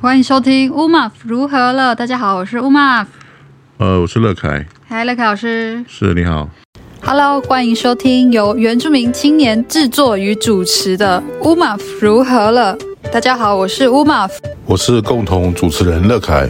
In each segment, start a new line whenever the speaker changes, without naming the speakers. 欢迎收听乌马如何了？大家好，我是乌马，
呃，我是乐凯，
嗨，乐凯老师
是你好，
，Hello，欢迎收听由原住民青年制作与主持的乌马如何了？大家好，我是乌马，
我是共同主持人乐凯。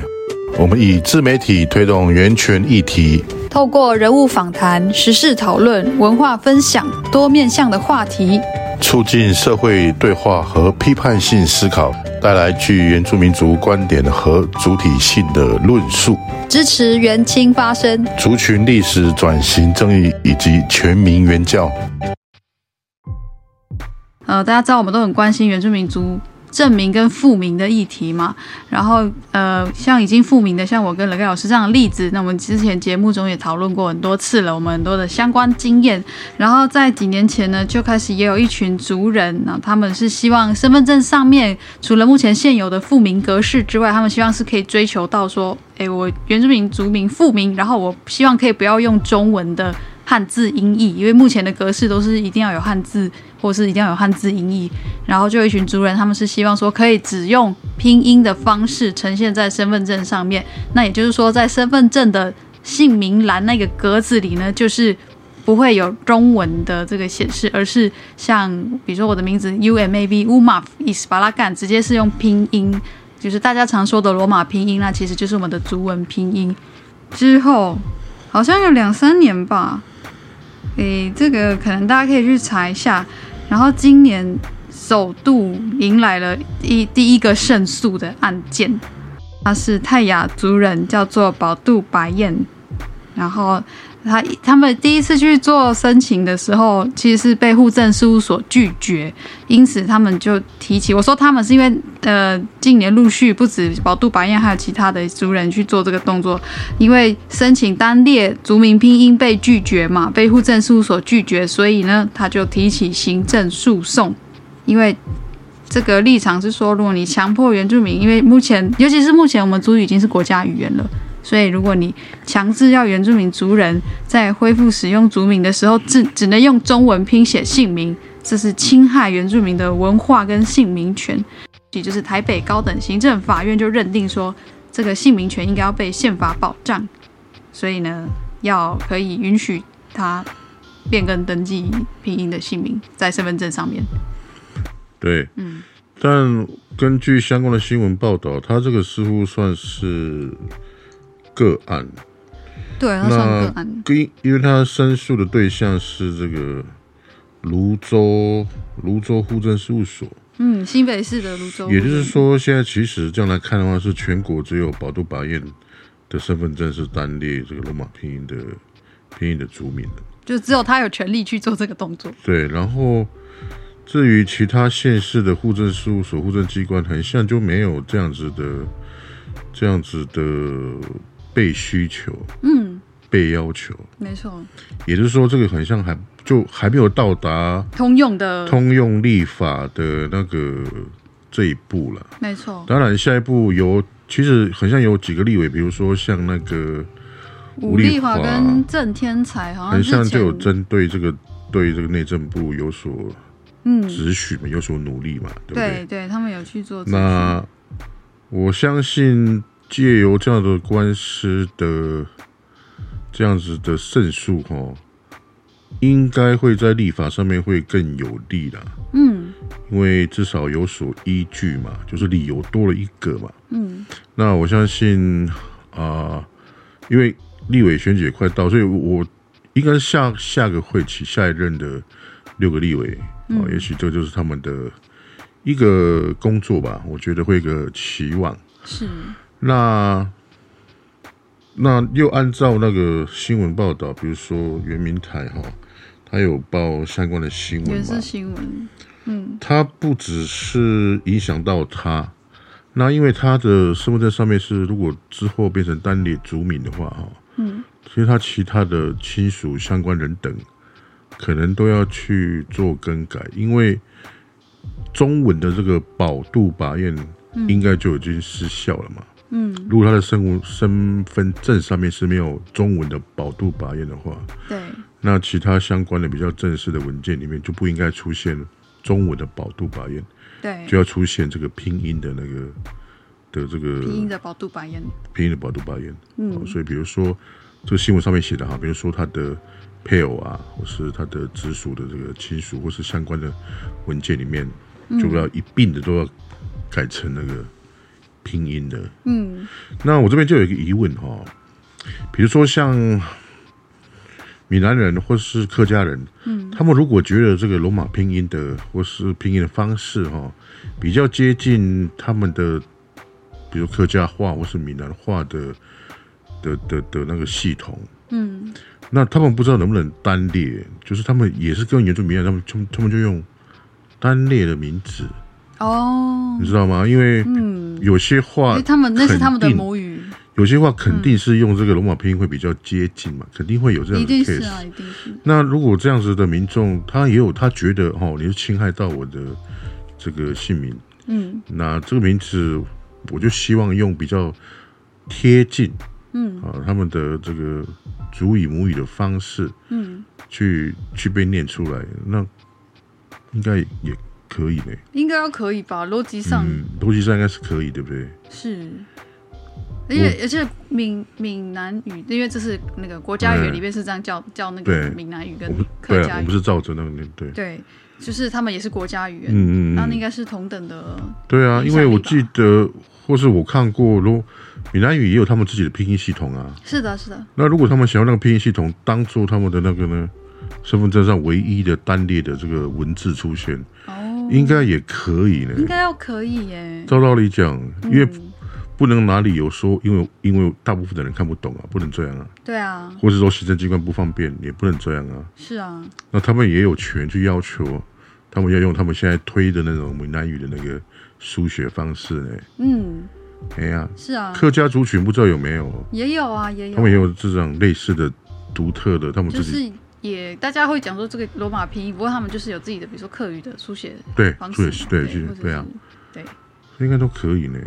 我们以自媒体推动源泉议题，
透过人物访谈、时事讨论、文化分享多面向的话题，
促进社会对话和批判性思考，带来具原住民族观点和主体性的论述，
支持原青发声。
族群历史转型正义以及全民原教。
呃，大家知道我们都很关心原住民族正名跟复名的议题嘛。然后呃，像已经复名的，像我跟雷盖老师这样的例子，那我们之前节目中也讨论过很多次了，我们很多的相关经验。然后在几年前呢，就开始也有一群族人，然后他们是希望身份证上面除了目前现有的复名格式之外，他们希望是可以追求到说，诶，我原住民族名复名，然后我希望可以不要用中文的。汉字音译，因为目前的格式都是一定要有汉字，或是一定要有汉字音译。然后就有一群族人，他们是希望说可以只用拼音的方式呈现在身份证上面。那也就是说，在身份证的姓名栏那个格子里呢，就是不会有中文的这个显示，而是像比如说我的名字 U M A V U M A V 伊斯巴拉干，直接是用拼音，就是大家常说的罗马拼音，那其实就是我们的族文拼音。之后好像有两三年吧，诶，这个可能大家可以去查一下。然后今年首度迎来了一第一个胜诉的案件，他是泰雅族人，叫做保杜白燕。然后他他们第一次去做申请的时候，其实是被户政事务所拒绝，因此他们就提起我说他们是因为呃近年陆续不止保杜白燕，还有其他的族人去做这个动作，因为申请单列族名拼音被拒绝嘛，被户政事务所拒绝，所以呢，他就提起行政诉讼。因为这个立场是说，如果你强迫原住民，因为目前尤其是目前我们族语已经是国家语言了，所以如果你强制要原住民族人在恢复使用族名的时候，只只能用中文拼写姓名，这是侵害原住民的文化跟姓名权。也就是台北高等行政法院就认定说，这个姓名权应该要被宪法保障，所以呢，要可以允许他变更登记拼音的姓名在身份证上面。
对，嗯，但根据相关的新闻报道，他这个似乎算是个案，
对，他算个
那
案。
跟因为他申诉的对象是这个泸州泸州户政事务所，
嗯，新北市的泸州，
也就是说，现在其实这样来看的话，是全国只有保都白燕的身份证是单列这个罗马拼音的拼音的族名的。
就只有他有权利去做这个动作。
对，然后至于其他县市的户政事务所、户政机关，很像就没有这样子的、这样子的被需求、
嗯，
被要求，
没错，
也就是说，这个很像还就还没有到达
通用的，
通用立法的那个这一步了。
没错，
当然，下一步有其实很像有几个立委，比如说像那个
武
武
力
力
华
华
跟郑天才好像
很
之
像
前
就有针对这个对这个内政部有所
嗯，
指许嘛，有所努力嘛，对不
对对，他们有去做这个。
那我相信借由这样的官司的这样子的胜诉哦，应该会在立法上面会更有利啦，
嗯
因为至少有所依据嘛，就是理由多了一个嘛。
嗯，
那我相信啊、因为立委选举也快到，所以我应该下下个会期下一任的六个立委啊、
嗯
也许这就是他们的一个工作吧，我觉得会有一个期望。
是，
那那又按照那个新闻报道，比如说圆明台哈，他有报相关的新闻
也
嘛，
是新闻。
它不只是影响到他，那因为他的身份证上面是，如果之后变成单列族民的话，哈，嗯，其实他其他的亲属、相关人等，可能都要去做更改，因为中文的这个保度把验应该就已经失效了嘛。嗯，如果他的身无身份证上面是没有中文的保度把验的话，
对，
那其他相关的比较正式的文件里面就不应该出现中文的保度法院，
对，
就要出现这个拼音的那个的这个
拼音的保度白言，
拼音的保度发言。嗯、所以比如说这个新闻上面写的哈，比如说他的配偶啊，或是他的直属的这个亲属，或是相关的文件里面，
嗯
就要一并的都要改成那个拼音的。
嗯，
那我这边就有一个疑问哈、比如说像闽南人或是客家人，嗯，他们如果觉得这个罗马拼音的或是拼音的方式哈、比较接近他们的，比如客家话或是闽南话的的的的那个系统，
嗯，
那他们不知道能不能单列，就是他们也是跟原住民一样，他们他们他们就用单列的名字，
哦
你，知道吗？因为
嗯
有些话
因为
肯定、
他们那是他们的母语，
有些话肯定是用这个罗马拼音会比较接近嘛，肯定会有这样
一定
的 case。
是啊，一定是，
那如果这样子的民众，他也有他觉得哦，你是侵害到我的这个姓名，
嗯
那这个名字我就希望用比较贴近
嗯
啊他们的这个主语母语的方式
嗯，
去去被念出来，那应该也可以呢。
应该要可以吧？逻辑上
嗯，逻辑上应该是可以，对不对？
是。而且而且闽闽南语，因为这是那个国家语
嗯
里面是这样叫叫那个
对
闽南语
我
跟
们
客
对啊，
家
我
语
们，是照着那个念对。
对，就是他们也是国家语言，
嗯嗯
那
嗯，
应该是同等的，
对啊，
影
因
响
为我
力吧
记得或是我看过罗闽南语也有他们自己的拼音系统啊。
是的，是的，
那如果他们想要那个拼音系统当做他们的那个呢，身份证上唯一的单列的这个文字出现，
哦，
应该也可以呢。
应该要可以耶，
照道理讲，因为
嗯
不能拿理由说，因为因为大部分的人看不懂啊，不能这样啊，
对啊，
或者说行政机关不方便，也不能这样啊。
是啊，
那他们也有权去要求，他们要用他们现在推的那种闽南语的那个书写方式呢。
嗯，
哎呀、
是啊，
客家族群不知道有没有，
也有啊，也有，
他们也有这种类似的独特的，他们
就
自己、
是也大家会讲说这个罗马拼音，不过他们就是有自己的，比如说客语的书写
对
方，式
对
嘛，
对，
对，
就
或
是
者
对啊，
是对，
应该都可以呢。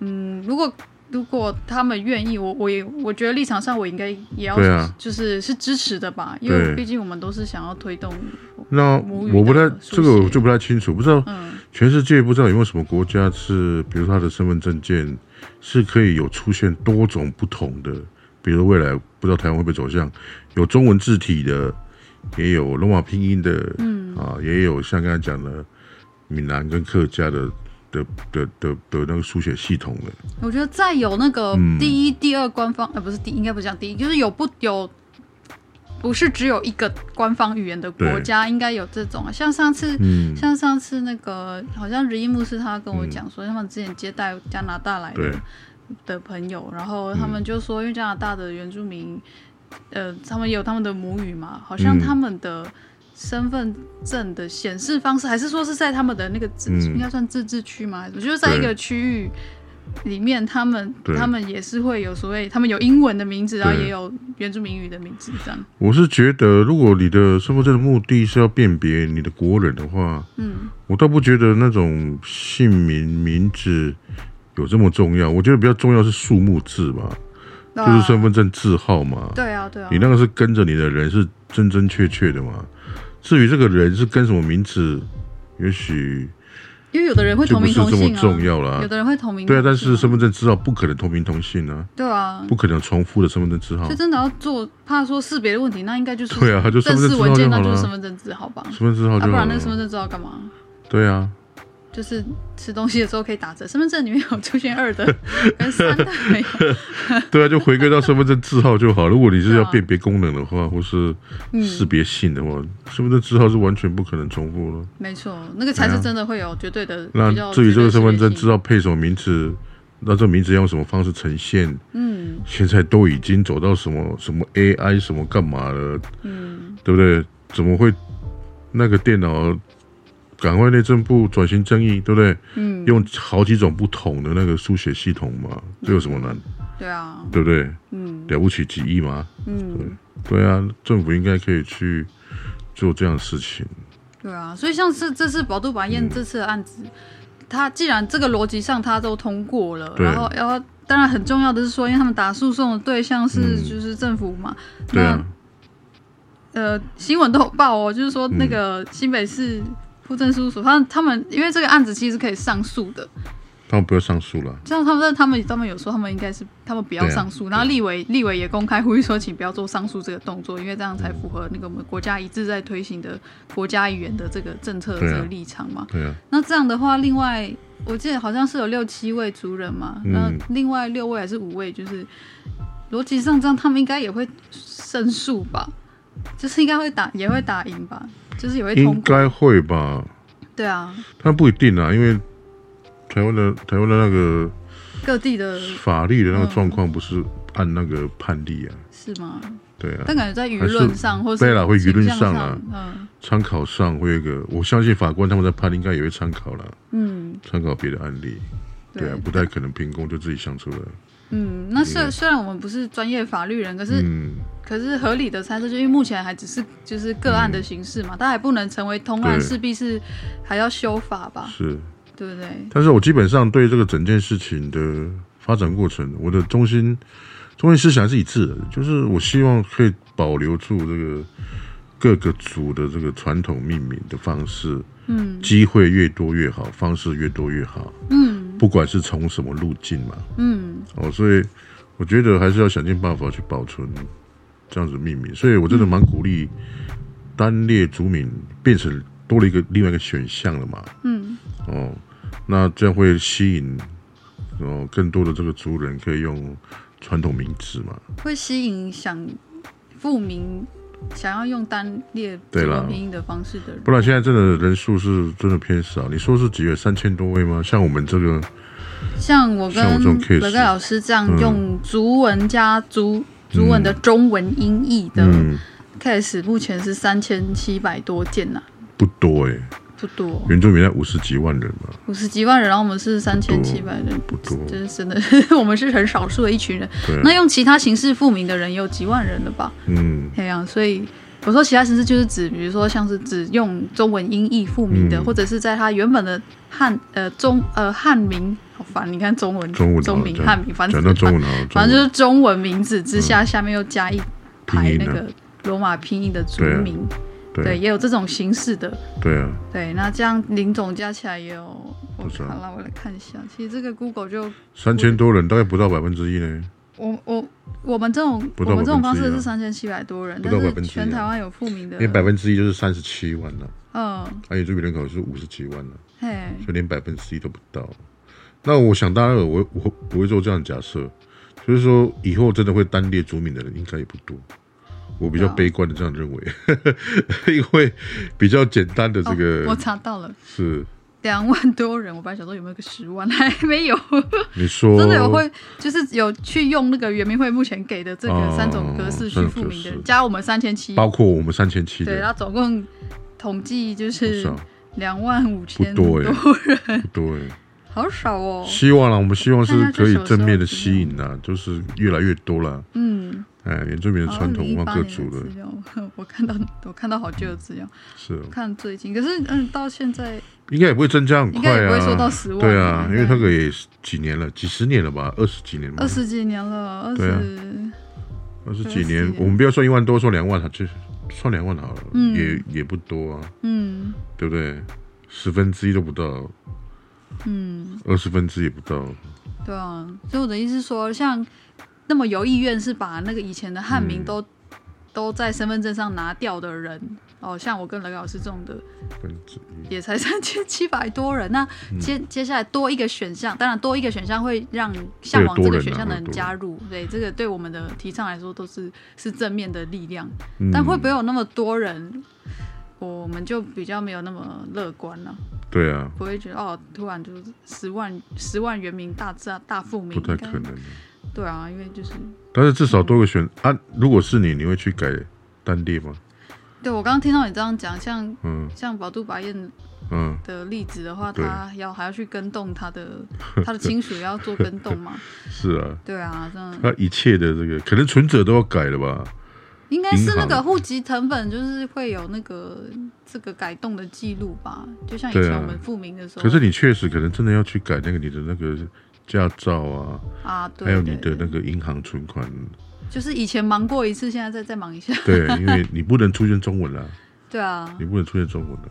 嗯，如果如果他们愿意，我我也我觉得立场上我应该也要
对啊
就是是支持的吧，因为
对
毕竟我们都是想要推动，
那
母语
我不太
的书
这个我
写
就不太清楚，不知道
嗯，
全世界不知道有没有什么国家是，比如他的身份证件是可以有出现多种不同的，比如未来不知道台湾会不会走向有中文字体的，也有罗马拼音的，嗯啊，也有像刚才讲的闽南跟客家的的的的的那个书写系统的。
我觉得再有那个
嗯
第一、第二官方，呃，不是第，应该不是讲第一，就是有不有。不是只有一个官方语言的国
对
家，应该有这种啊。像上次，
嗯，
像上次那个，好像日一牧师他跟我讲说，他们之前接待加拿大来的
对
的朋友，然后他
嗯
们就说，因为加拿大的原住民，呃，他们也有他们的母语嘛，好像
嗯
他们的身份证的显示方式，还是说是在他们的那个自，
嗯
应该算自治区吗？我觉得在一个
对
区域。里面他们
对
他们也是会有所谓，他们有英文的名字，然后
对
也有原住民语的名字，这样。
我是觉得，如果你的身份证的目的是要辨别你的国人的话，
嗯，
我倒不觉得那种姓名名字有这么重要。我觉得比较重要是数目字嘛，就是身份证字号嘛。
啊对啊，对啊，
你那个是跟着你的人是真真确确的嘛？至于这个人是跟什么名字，也许
因为有的人会
就
同
不
名
是
同
这
姓
么
啊，
重要啦
有。的人会同名同姓
对
啊，
啊，但是身份证字号不可能同名同姓啊，
对啊，
不可能重复的身份证字号
就。真的要做，怕说识别的问题，那应该就是
嗯对啊，就身
正
份证
式
字号
文
就
件，
好
那就
了
是身
啊，
份证字号吧，
身份证字号
啊，
就
不
好
然那个身份
了。
证字号干嘛？
对啊。
就是吃东西的时候可以打折，身份证里面有出现二 的跟三的没有，
对啊，就回归到身份证字号就好。如果你是
对
要
啊嗯
辨别功能的话，或是识别性的话，身份证字号是完全不可能重复了。
没错，那个才是真的会有绝对的比较
那至于这个身份证
知
字
道，
号配什么名字，那这名字要用什么方式呈现，
嗯
现在都已经走到什么什么 AI 什么干嘛了，
嗯，
对不对？怎么会那个电脑？赶快内政部转型正义，对不对？
嗯，
用好几种不同的那个书写系统嘛，这有什么难？
对啊，
对不对？
嗯
了不起几亿吗？
嗯，
对啊，政府应该可以去做这样的事情。
对啊，所以像是这次宝度法院这次的案子，他既然这个逻辑上他都通过了，
对
然后然后当然很重要的是说，因为他们打诉讼的对象是
嗯
就是政府嘛，
对啊，
呃，新闻都有报哦，就是说那
嗯
个新北市户政事务所，他他们因为这个案子其实是可以上诉的，
他们不要上诉了。
这样他们他们他们有说他们应该是他们不要
对啊
上诉，然后立委立委也公开呼吁说，请不要做上诉这个动作，因为这样才符合那个我们国家一致在推行的国家语言的这个政策的
对啊
这个立场嘛。
对啊，
那这样的话，另外我记得好像是有六七位族人嘛，
嗯
那另外六位还是五位，就是逻辑上这样，他们应该也会胜诉吧？就是应该会打，也会打赢吧？就是也会通
应
过，
该会吧？
对啊，
但不一定啊，因为台湾的台湾的那个
各地的
法律的那个状况不是按那个判例啊，
是吗？
对啊，
但感觉在舆
还是
论上，或是
对啦会舆论
倾向
上啊
嗯
参考上会有一个，我相信法官他们在判应该也会参考啦，
嗯，
参考别的案例，对啊，不太可能凭空就自己想出来，
嗯，那虽虽然我们不是专业法律人，可是、
嗯，
可是合理的猜测，就因为目前还只是就是个案的形式嘛，它还不能成为通案，
嗯对
势必是还要修法吧，
是。
对不对？
但是我基本上对这个整件事情的发展过程，我的中心中心思想还是一致的，就是我希望可以保留住这个各个组的这个传统命名的方式，
嗯
机会越多越好，方式越多越好，
嗯
不管是从什么路径嘛，
嗯
哦，所以我觉得还是要想尽办法去保存这样子命名，所以我
嗯
真的蛮鼓励单列族名变成多了一个另外一个选项了嘛，
嗯
哦，那这样会吸引哦更多的这个族人可以用传统名字嘛？
会吸引想复名想要用单列
对啦
中文拼音的方式的人
不，然现在真的人数是真的偏少。你说是几个三千多位吗？像我们这个，
像我跟
像我这种 case
乐盖老师这样
嗯
用族文加族族文的中文音译的
嗯，
case，目前是三千七百多件呐、
不多哎、
不多，
原住民才五十几万人嘛，
五十几万人，然后我们是三千七百人，
不多。
就是真的， 我们是很少数的一群人。
对啊，
那用其他形式复名的人也有几万人了吧？
嗯，
对啊，所以我说其他形式就是指，比如说像是指用中文音译复名的，
嗯
或者是在他原本的汉呃中呃汉名，好烦，你看中文
中文好
中名
讲
汉名，反正
讲到中文啊，
反正就
中
是中文名字之下，下面又加一排
拼音
那
啊
个罗马拼音的族
对啊
名，
文对
也有这种形式的。
对啊，
对，那这样零总加起来也有，我
多少
好了，我来看一下。其实这个 Google 就
三千多人大概不到百分之一呢。
我我我们这种
不
我
到
们这种方式
1%啊
是三千七百多人，
不
但
到
是
1%
全台湾有复名的
啊因，为百分之一就是三十七万了、
嗯，
而且这边人口是五十几万了、
嘿，
就连百分之一都不到。那我想当然了，我我我会做这样的假设，就是说以后真的会单列族名的人应该也不多。我比较
对啊
悲观的这样认为， 因为比较简单的这
哦
个、
我查到了
是
两万多人，我本来想说有没有个十万，还没有，
你说
真的有会就是有去用那个圆明会目前给的这个
哦
三种格式去
三种
复名的
格式，
加我们三千七，
包括我们三千七
对，
的
然后总共统计就
不
是
少
两万五千
不
多
多欸
人，
不多欸
好少哦，
希望啦，我们希望
看一
是
下这
可以
什么时候
正面的
知道
吸引啦，就是越来越多啦。
嗯。
哎，原住民的传
哦
统文化各族
的
了
资，料，我看到我看到好旧的资料，
是哦
看最近，可是嗯，到现在
应该也不会增加很
应
快啊，
该也不会说到10万
对啊，
应
因
该
为那个也是几年了，几十年了吧，二十几年吧，
二十几年了，二
对啊
十、
二十
二
几
十几
年
年，
我们不要算一万多，算两万，就算两万好了，
嗯
也也不多啊，
嗯
对不对？十分之一都不到，
嗯，
二十分之一也不到，
对啊。所以我的意思是说，像那么有意愿是把那个以前的汉名
嗯
都、都在身份证上拿掉的人，哦，像我跟雷老师这种的，
分之一。
也才三千七百多人。那
嗯
接、接下来多一个选项，当然多一个选项会让向往
多
这个
人
选
啊
项的
会
人
多
加
人
入，对这个对我们的提倡来说都是是正面的力量。
嗯
但会不会有那么多人？我们就比较没有那么乐观了、
对啊，
不会觉得哦，突然就是十万十万人民大炸大复明，
不太
应该
可能。
对啊，因为就是
但是至少多个选啊，如果是你，你会去改单列吗？
对我刚刚听到你这样讲，像
嗯
像宝杜白燕
嗯，
的例子的话，
对
他要还要去跟动他 的他的亲属要做跟动嘛，
是啊，
对啊，这样
他一切的这个可能存折都要改了吧？
应该是那
银
个
行
户籍成本就是会有那个这个改动的记录吧，就像以
对啊
前我们复明的时候，
可是你确实可能真的要去改那个你的那个驾照啊，
啊，对，
还有
对
你的
对
那个银行存款，
就是以前忙过一次，现在再再忙一下。
对，因为你不能出现中文了，
对啊
你，不能出现中文了。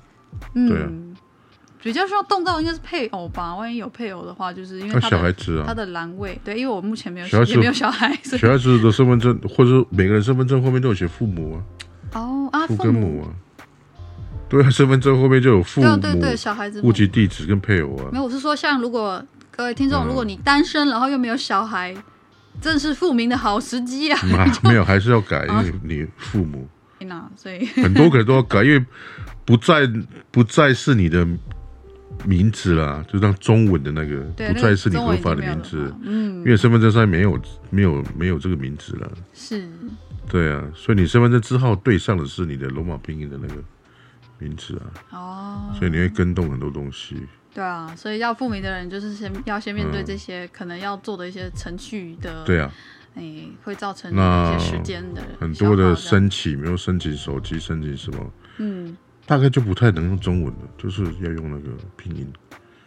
嗯，
对啊
比较需要动到应该是配偶吧，万一有配偶的话，就是因为
那
他
小孩
的
子
他
啊，
的栏位，对，因为我目前没有
小孩子
也没有小孩，所以
小孩子的身份证或者每个人身份证后面都有写父母啊，
哦啊
父
父
跟母啊。对啊，身份证后面就有父
哦对
母、
对对，小孩子
户
母
籍地址跟配偶啊
没。有，我是说，像如果各位听众，
嗯
如果你单身，然后又没有小孩，正是复明的好时机 啊！
妈， 没有，还是要改，因为你父母
那所以
很多个人都要改，因为不再不再是你的名字啦，就当中文的那个，
对，
不
那
再
个
是你
中
合
文已
法
经
的
没有
名
了
字
嘛，嗯
因，为身份证上面没有没有没有这个名字了。
是
对啊，所以你身份证字号对上的是你的罗马拼音的那个名字啊，
哦，
所以你会跟动很多东西。
对啊，所以要复明的人，就是先要先面对这些可能要做的一些程序的，
嗯对啊，
哎，会造成
那
一些时间的
很多的
消耗
申请，没有申请手机，申请什么，
这样嗯。
大概就不太能用中文了，就是要用那个拼音。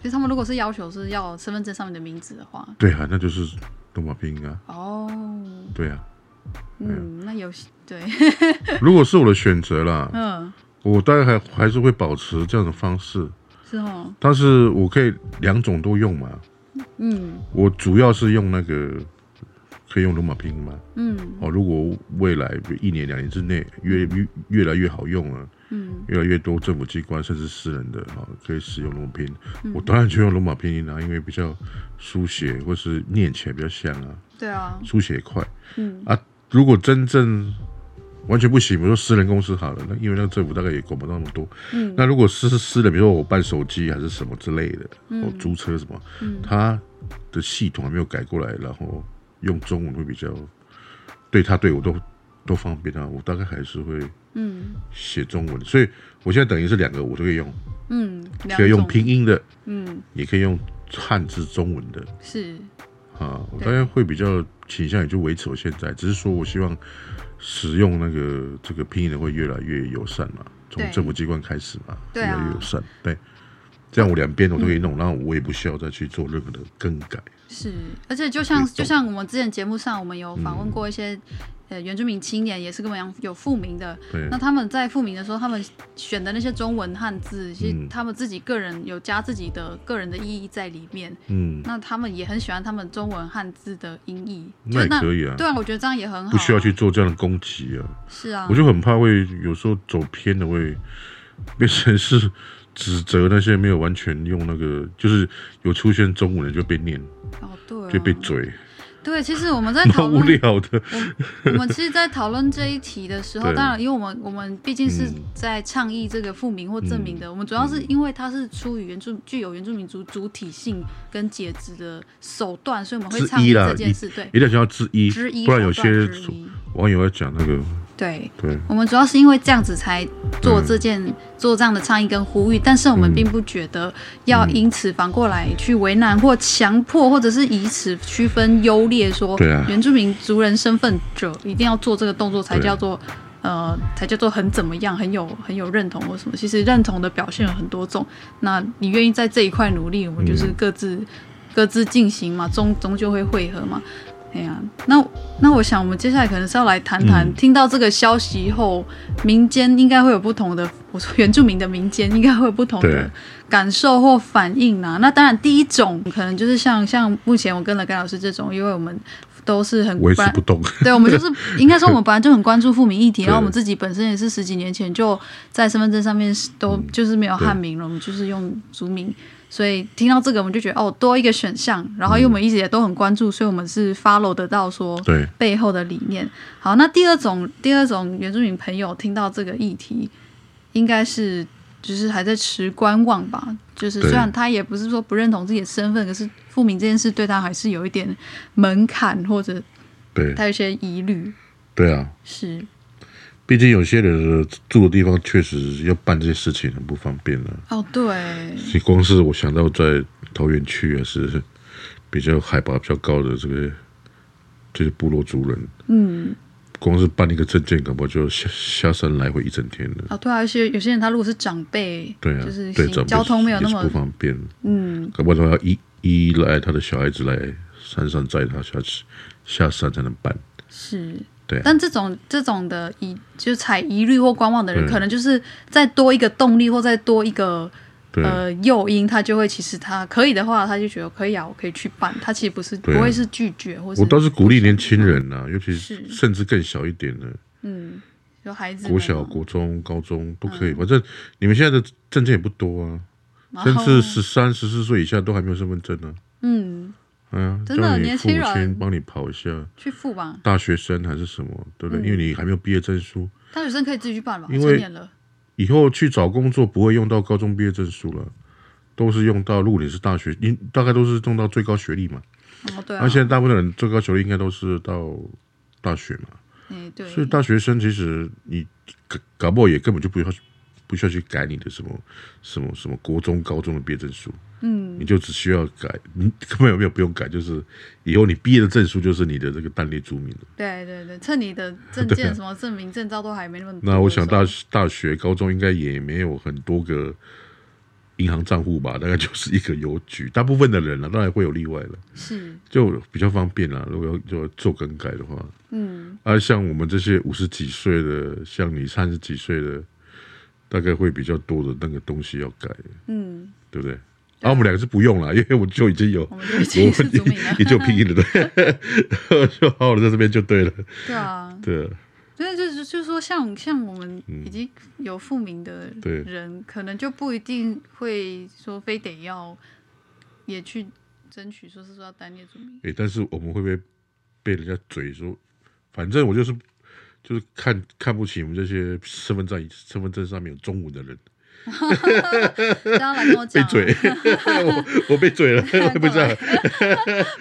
其实他们如果是要求是要身份证上面的名字的话，
对啊，那就是罗马拼音啊。
哦，
对啊，
嗯，那有对，
如果是我的选择啦，
嗯，
我大概还还是会保持这样的方式，
是哦，
但是我可以两种都用嘛。
嗯
我主要是用那个可以用罗马拼音嘛。
嗯
哦，如果未来一年两年之内越越越来越好用了，
嗯，
越来越多政府机关甚至私人的哦可以使用罗马拼音，我当然就用罗马拼音啦、啊因为比较书写或是念起来比较像啊，
对啊，
书写快。
嗯
啊，如果真正完全不行，比如说私人公司好了，那因为那个政府大概也管不到那么多。
嗯
那如果是私人，比如说我办手机还是什么之类的，
嗯
哦，租车什么，他的系统还没有改过来，然后用中文会比较对他对我都都方便啊。我大概还是会
嗯
写中文，所以我现在等于是两个我都可以用，
嗯，两
可以用
种
拼音的，
嗯
也可以用汉字中文的。
是
啊，我
对
大概会比较倾向于就维持我现在，只是说我希望使用那个这个拼音的会越来越友善嘛，从
对
政府机关开始嘛，
对
越
啊
来越友善，对。这样我两边我都可以弄，然后我也不需要再去做任何的更改。
是，而且就像
对懂
就像我们之前节目上，我们有访问过一些、呃原住民青年，也是跟我们一样有复名的。
对
那他们在复名的时候，他们选的那些中文汉字，其实
嗯
他们自己个人有加自己的个人的意义在里面。
嗯，
那他们也很喜欢他们中文汉字的音译，就
那也可以啊，
对啊，我觉得这样也很好、啊，
不需要去做这样的攻击啊。
是啊
我，就很怕会有时候走偏了，会变成是指责那些没有完全用那个，就是有出现中文的就被念，
哦对、啊，
就被嘴，
对，其实我们在讨
蛮 无
论
聊的。
我 们其实，在讨论这一题的时候，
对
当然，因为我们我们毕竟是
嗯
在倡议这个复明或证明的，我们主要是因为它是出于原住具有原住民族主体性跟解职的手段，所以我们会
之
倡议
一啦
这件事，对
一定要讲到之一，
之一，
不然有
手段
些
之一
网友要讲那个，
对。
对，
我们主要是因为这样子才做
嗯
这件、做这样的倡议跟呼吁，但是我们并不觉得要
嗯
因此反过来去为难或强迫，或者是以此区分优劣说，
对啊
原住民族人身份者一定要做这个动作才
对
叫做。呃，才叫做很怎么样，很有很有认同或什么。其实认同的表现有很多种，那你愿意在这一块努力，我们就是
嗯
各自、各自进行嘛，终终究会汇合嘛。哎呀，那那我想，我们接下来可能是要来谈谈，
嗯
听到这个消息后，民间应该会有不同的， 我说原住民的民间应该会有不同
对
的感受或反应啊。那当然，第一种可能就是像像目前我跟了甘老师这种，因为我们都是很本
维持
来
不 动，
对，我们就是应该说，我们本来就很关注富民议 题，
对
然后我们自己本身也是十几年前就在身份证上面是都
嗯
就是没有汉名了，我们就是用族名，所以听到这个我们就觉得哦，多一个选项，然后因为我们一直也都很关注，所以我们是 follow 得到说
嗯对，
背后的理念。好，那第二种第二种原住民朋友听到这个议题，应该是就是还在持观望吧。就是
对
虽然他也不是说不认同自己的身份，可是复明这件事对他还是有一点门槛，或者
对，
他有一些疑虑。
对啊，
是
毕竟有些人的住的地方确实要办这些事情很不方便了、
哦，对，
你光是我想到在桃园区也是比较海拔比较高的这个，就是部落族人，
嗯，
光是办一个证件，搞不好就下下山来回一整天了。
哦，对啊，而且有些人他如果是长辈，
对啊，
就是
对
行
长辈
交通没有那
也是
么
不方便，
嗯，
搞不好他要依依赖他的小孩子来山上载他下去下山才能办。
是，
对啊
但这种这种的疑，就采疑虑或观望的人，
嗯
可能就是再多一个动力，或再多一个
对啊
呃诱因，他就会其实他可以的话，他就觉得可以啊，我可以去办。他其实不是不
对啊
会是拒绝，或是
我倒是鼓励年轻人呐、尤其
是
甚至更小一点的，
嗯，有孩子们
国小、
嘛
国中、高中都
嗯
可以。反正你们现在的证件也不多啊，
然
甚
后
至十三、十四岁以下都还没有身份证呢、
嗯
哎呀，
真的
叫你
年
父
轻
母
人
亲帮你跑一下，
去付吧，
大学生还是什么，对
嗯
不对？因为你还没有毕业证书，
大学生可以自己去办吧，
因为
成年了。
以后去找工作不会用到高中毕业证书了，都是用到，如果你是大学，你大概都是用到最高学历嘛。
哦，对啊，
那、现在大部分人最高学历应该都是到大学嘛，
哎，对，
所以大学生其实你搞搞不好也根本就不要去不需要去改你的什么什么什么国中、高中的毕业证书，嗯，你就只需要改，你根本有没有不用改，就是以后你毕业的证书就是你的这个单列注明了。
对对对，趁 你的证件、什么证明、证照都还没那么多的时候。
那我想大大学、高中应该也没有很多个银行账户吧，大 概就是一个邮局。大部分的人了、啊当然会有例外了，
是，
就比较方便啦、如果要就做更改的话，
嗯，
啊，像我们这些五十几岁的，像你三十几岁的，大概会比较多的那个东西要改，
嗯，
对不对？啊，我们两个是不用啦，因为我就已经有，
我们 就已经 是族民了
也就拼音了，对， 就好好的在这边就对了，
对啊，
对，
对，就是就是说像，像我们已经
嗯
有复名的
对
人，可能就不一定会说非得要也去争取，说是说要单列族名。
诶、但是我们会不会被人家嘴说？反正我就是就是看看不起我们这些身份证身份证上面有中文的人，
大家来跟我
被
讲、啊，
嘴，我我被嘴了， 会不会这样？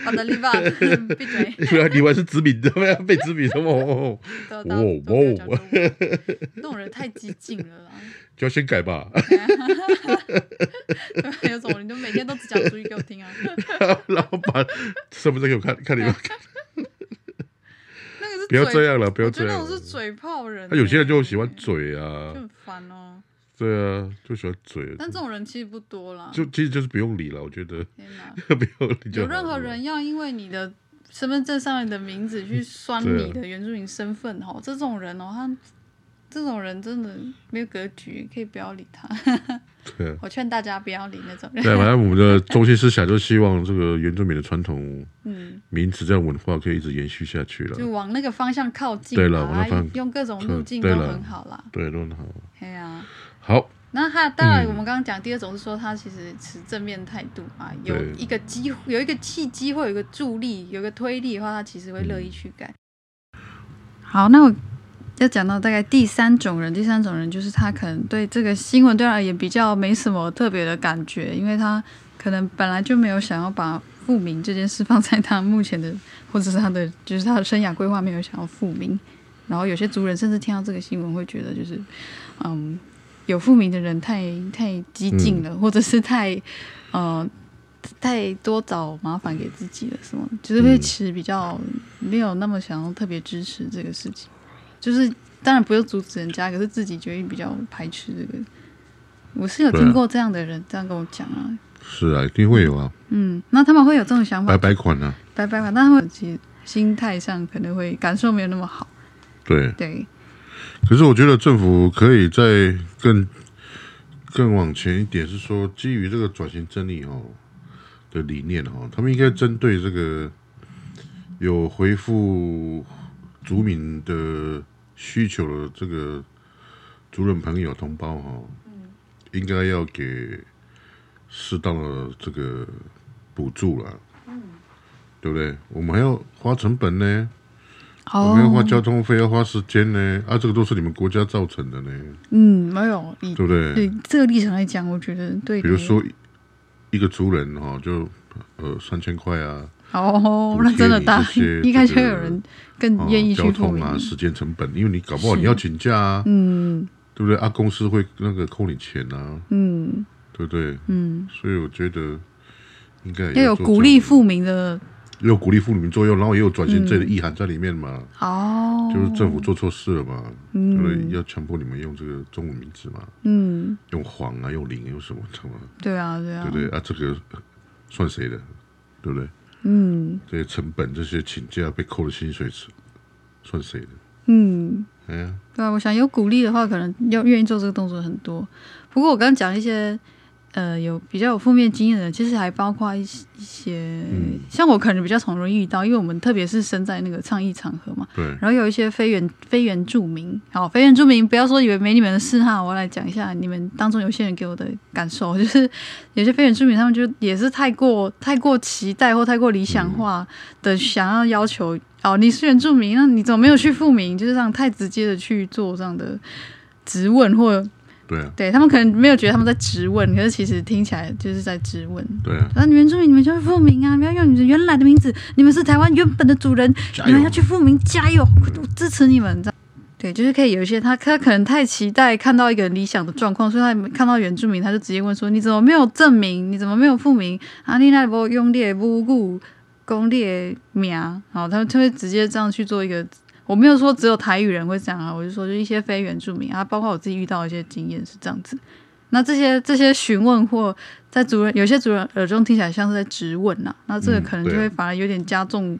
把的立吧， 闭嘴，
因为你们是殖民的， 不要被殖民什么？哦
都
哇
都都不要讲
哇哦
中文，那种人太激进了啦。
就要先改吧，
对，有种人就每天都只讲主语给我听啊。
然后把身份证给我看 看你们，
那个是
不要
嘴
这样了，不要
我觉
这
得那种
样
是
了。啊
嘴炮人、欸
那、有些人就喜欢，嘴
就
啊，
很烦哦。
对啊，就喜欢嘴，
但这种人其实不多啦。
就其实就是不用理了，我觉得
天哪，
不用理就
有
好
任何
了
人要因为你的身份证上面的名字去酸
对啊
你的原住民身份哦，这种人哦，他这种人真的没有格局，可以不要理他。
对啊。
我劝大家不要理那种人。
对，反正我们的中心思想就希望这个原住民的传统
嗯，
名词这样文化可以一直延续下去
就
了。
往那个方向靠近啦。
啊
哎
对了往那方
用各种路径
对
都
了
很好啦。
对，论好，
哎呀、
好，
那他当然，我们刚刚讲第二种是说他其实持正面态度嘛，有
对
一个机有一个契机或有一个助力，有一个推力的话，他其实会乐意去改。好，那我要讲到大概第三种人，第三种人就是他可能对这个新闻对他而言比较没什么特别的感觉，因为他可能本来就没有想要把复明这件事放在他目前的或者是他的就是他的生涯规划没有想要复明，然后有些族人甚至听到这个新闻会觉得就是嗯。有复明的人太太激进了，或者是太，呃，太多找麻烦给自己了，什么，就是会其实比较没有那么想要特别支持这个事情，就是当然不用阻止人家，可是自己决定比较排斥这个。我是有
对啊
听过这样的人、这样跟我讲啊，
是啊，一定会有啊，
嗯，那他们会有这种想法
白，白款啊，
拜拜吧，但他们其实心态上可能会感受没有那么好，
对。
对，
可是我觉得政府可以再更更往前一点，是说基于这个转型正义哦的理念哦，他们应该针对这个有回复族民的需求的这个族人朋友同胞哦，应该要给适当的这个补助了，对不对？我们还要花成本呢，我们要花
哦，
交通费，要花时间呢，啊，这个都是你们国家造成的呢，
嗯，没有，以
对不对？
对这个立场来讲，我觉得对，
比如说一个族人哈、哦，就呃三千块啊，
哦
补，
那
贴
真的
你
大
这，些
应该
这
就
个
有人更
哦
嗯愿意去
交
报
通
名。
啊，时间成本，因为你搞不好你要请假啊，
嗯
对不对？啊，公司会那个扣你钱啊，
嗯
对不对？
嗯，
所以我觉得应该也
要有
做
鼓
这
励
样，
富民的
有鼓励妇女作用，然后也有转型这的意涵在里面嘛，
哦，
就是政府做错事了嘛，对不对？
嗯
要强迫你们用这个中文名字嘛，
嗯，
用黄啊，用零，用什么什么。
对啊对啊，
对不对？啊，这个呃算谁的？对不对？
嗯
这些成本、这些请假被扣的薪水是算谁的？
嗯。
哎呀，
对啊，我想有鼓励的话，可能要愿意做这个动作很多。不过我刚刚讲一些呃有比较有负面经验的人，其实还包括一些一些，
嗯
像我可能比较常容易遇到，因为我们特别是身在那个倡议场合嘛，
对，
然后有一些非原非原住民，好，非原住民不要说以为没你们的事哈，我来讲一下你们当中有些人给我的感受， 就是有些非原住民他们就也是太过太过期待或太过理想化的想要要求哦，你是原住民，那你怎么没有去复明？就是这样太直接的去做这样的质问或
对啊，
对他们可能没有觉得他们在质问，可是其实听起来就是在质问。
对啊，
然后原住民，你们就去复名啊！不要用你们原来的名字，你们是台湾原本的主人，
加
哎你
油
们要去复名，加油！我支持你们。这样对，就是可以有一些他他可能太期待看到一个理想的状况，所以他看到原住民，他就直接问说：“你怎么没有证明？你怎么没有复名？啊，你那不用列不顾公列名？”啊好，他他会直接这样去做一个。我没有说只有台语人会这样啊，我就说就一些非原住民啊，包括我自己遇到的一些经验是这样子。那这些这些询问或在主人有些主人耳中听起来像是在质问呐、那这个
嗯
可能就
对啊
会反而有点加重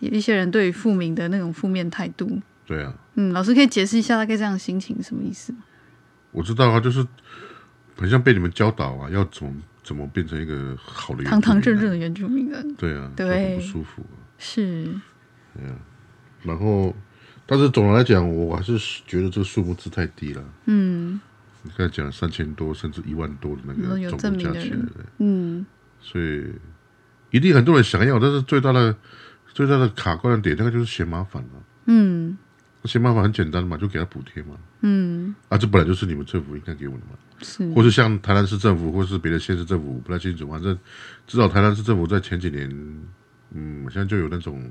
一些人对于复明的那种负面态度。
对啊，
嗯，老师可以解释一下大概这样的心情是什么意思吗？
我知道啊，就是很像被你们教导啊，要怎么怎么变成一个好的原住民啊
堂堂正正，的原住民人
对啊，
对
就很不舒服啊、
是，
然后，但是总的来讲，我还是觉得这个数目字太低了。
嗯
你刚才讲三千多甚至一万多的那
你
个
说嗯有
总
证
额
明
加
的
起来
人
的，
嗯，
所以一定很多人想要，但是最大的最大的卡关的点，那个就是嫌麻烦了、
嗯
嫌麻烦很简单嘛，就给他补贴嘛。
嗯，
啊，这本来就是你们政府应该给我的嘛，
是，
或是像台南市政府，或是别的县市政府，我不太清楚，反正至少台南市政府在前几年，嗯，现在就有那种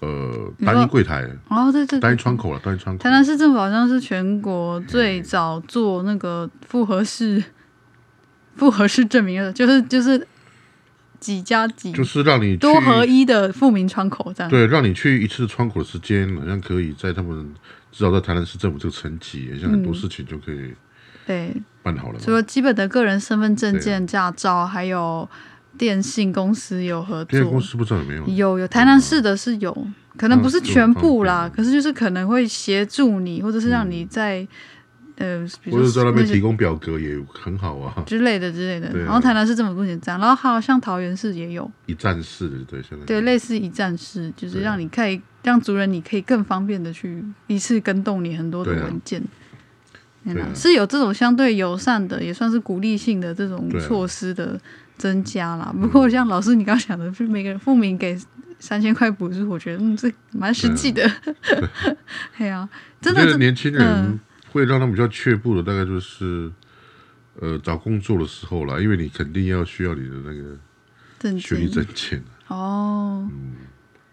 呃
你说
单一柜台、
哦，对对
单一
对，
窗口了，啊单一窗口
台。南市政府好像是全国最早做那个复合式复合式证明的，就是就是几加几
就是让你去
多合一啊的复明窗口这样。
对，让你去一次窗口的时间，好像可以在他们至少在台南市政府这个层级，好像很
嗯
多事情就可以
对，
办好了嘛。
除了基本的个人身份证
啊
件、驾照，还有电信公司有合
电信公
作，
司不知道有没有？
有有台南市的是有，可能不是全部啦，
嗯
可是就是可能会协助你，或者是让你在、呃，比
或
如
者
说
在那边提
些
供表格也很好啊，
之类的之类的。
对啊
然后台南市政府目前这样，然后好像桃园市也有，
一站式的对，现在
对，类似一站式，就是
对啊
让你可以让族人你可以更方便的去一次跟动你很多的
对啊
文件。对
对啊
啦是有这种相对友善的，也算是鼓励性的这种
对啊
措施的增加啦。
啊
不过像老师你刚讲的，是每个人付明给三千块补助，我觉得嗯这蛮实际的。 对啊，真的
我觉得
真
年轻人
嗯
会让他们比较却步的，大概就是呃找工作的时候啦，因为你肯定要需要你的那个
正
学历
经
嗯证件，
哦，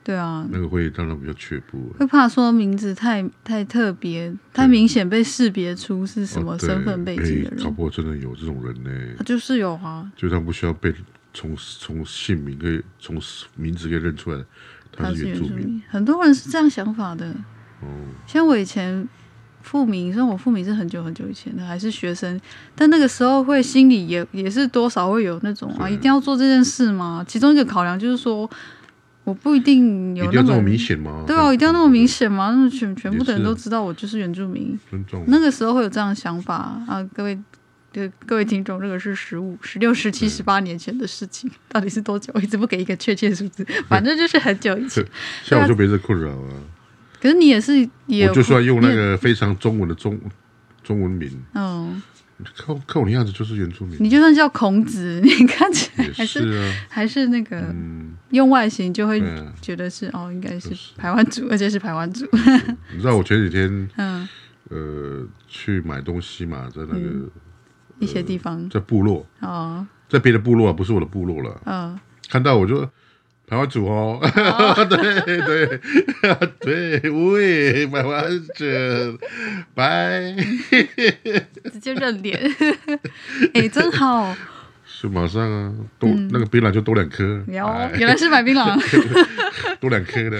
对啊，
那个会让他们比较却步。啊
会怕说名字太太特别，太明显被识别出是什么
哦对
身份背景的
哎
人。
搞不好真的有这种人呢、
啊就是有啊，
就他不需要被从从姓名可以从名字可以认出来，他
他
是
是
原
原
住
住
民。
民，很多人是这样想法的。
哦，
像我以前复明，虽然我复明是很久很久以前的，还是学生，但那个时候会心里也也是多少会有那种啊，
是
一定要做这件事吗？其中一个考量就是说，我不一定
一
有
定
那
要这
么
么明，显吗？
对啊，一定要那么明显吗？那么全全部的人
也是啊
都知道我就是原住民，
尊重。
那个时候会有这样的想法啊，各位。对各位听众，这个是十五、十
嗯
六、十七、十八年前的事情， 到底是多久？我一直不给一个确切数字，
嗯
反正就是很久以前。
像我就没这困扰啊，
可是你也是也有
我就算用那
你也
个非常中文的中中文名，
嗯，
看我看我的样子就是原住民，
你就算叫孔子，你看起来
也
还
是啊，
还是那个、
嗯，
用外形就会
对啊
觉得是哦，应该是
就是
排湾族，而且是排湾族。
你知道我前几天
嗯，
呃去买东西嘛，在那
嗯
个
一些地方
在部落，
哦，
在别的部落啊，不是我的部落了，
嗯，
看到我就台湾组哦， 对对对，喂，台湾者，拜，
直接认 脸，哎、真好
是马上啊，多、
嗯
那个槟榔就多两颗，
哟！
哎
原来是买槟榔，
多两颗的，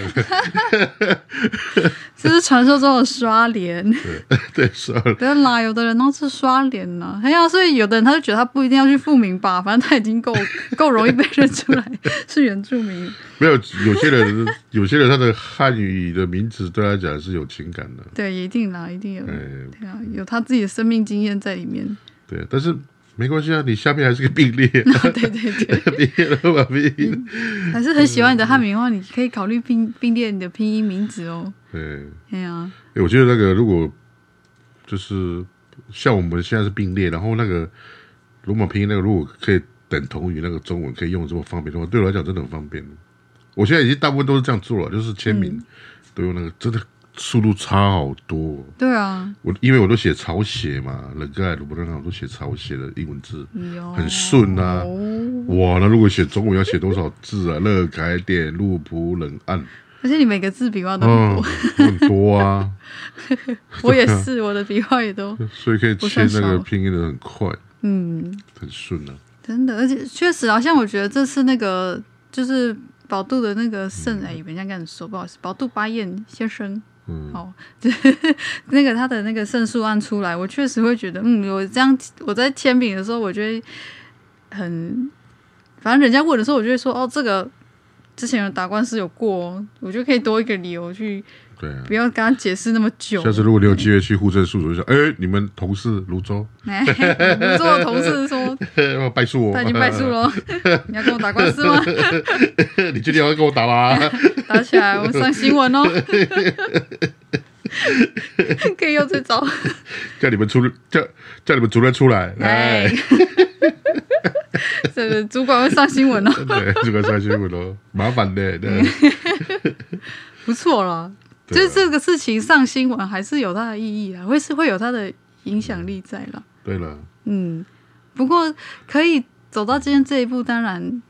这是传说中的刷脸。
对，是啊，
对啦，有的人都是刷脸呐、哎呀，所以有的人他就觉得他不一定要去复明吧，反正他已经够够容易被认出来是原住民。
没有有些人，有些人他的汉语的名字对他来讲是有情感的，
对，一定啦，一定有，
哎，
对啊，有他自己的生命经验在里面。
对，但是没关系啊，你下面还是个并列，
对对对，
并列了吧，并列。
还是很喜欢你的汉名的话，你可以考虑并并列你的拼音名字哦。
对，
对啊，
哎欸我觉得那个如果就是像我们现在是并列，然后那个罗马拼音那个如果可以等同于那个中文可以用这么方便的话，对我来讲真的很方便。我现在已经大部分都是这样做了，就是签名、都用那个，真的速度差好多哦。
对啊，
我因为我都写草写嘛，冷盖、鲁伯登我都写草写的英文字，
有
很顺啊
哦
哇，那如果写中文要写多少字啊？乐凯点路普冷暗，
而且你每个字笔画都很
嗯，
多，
很 多啊，
我也是，我的笔画也都
所以可以
不
签
算
那
少
个拼音的很快，
嗯，
很顺啊。
真的，而且确实啊，像我觉得这次那个就是宝度的那个圣哎，人家跟你说不好意思，宝度巴彦先生。
嗯
好， 那个他的那个胜诉案出来，我确实会觉得，嗯，我这样我在签名的时候，我觉得很，反正人家问的时候，我就会说，哦，这个之前有打官司有过、哦，我就可以多一个理由去，
对啊，
不要跟他解释那么 久。
下次如果你有机会去户政事务所，就说，哎，你们同事泸州，
哎，我做我同事说
败诉我，
他已经败诉， 了，你要跟我打官司吗？
你确定要跟我 打吗？
打起来，我上新闻哦。 可以用这招，
叫你们出，叫叫你们主任出来，
哎
哎，，
这个主管会上新闻哦，
对， 这个三新闻咯，麻烦 的，对，
不错啦。就
对啊
是这个事情上新闻还是有它的意义啊，会是会有它的影响力在啦。
对了，
嗯，不过可以走到今天这一步，当然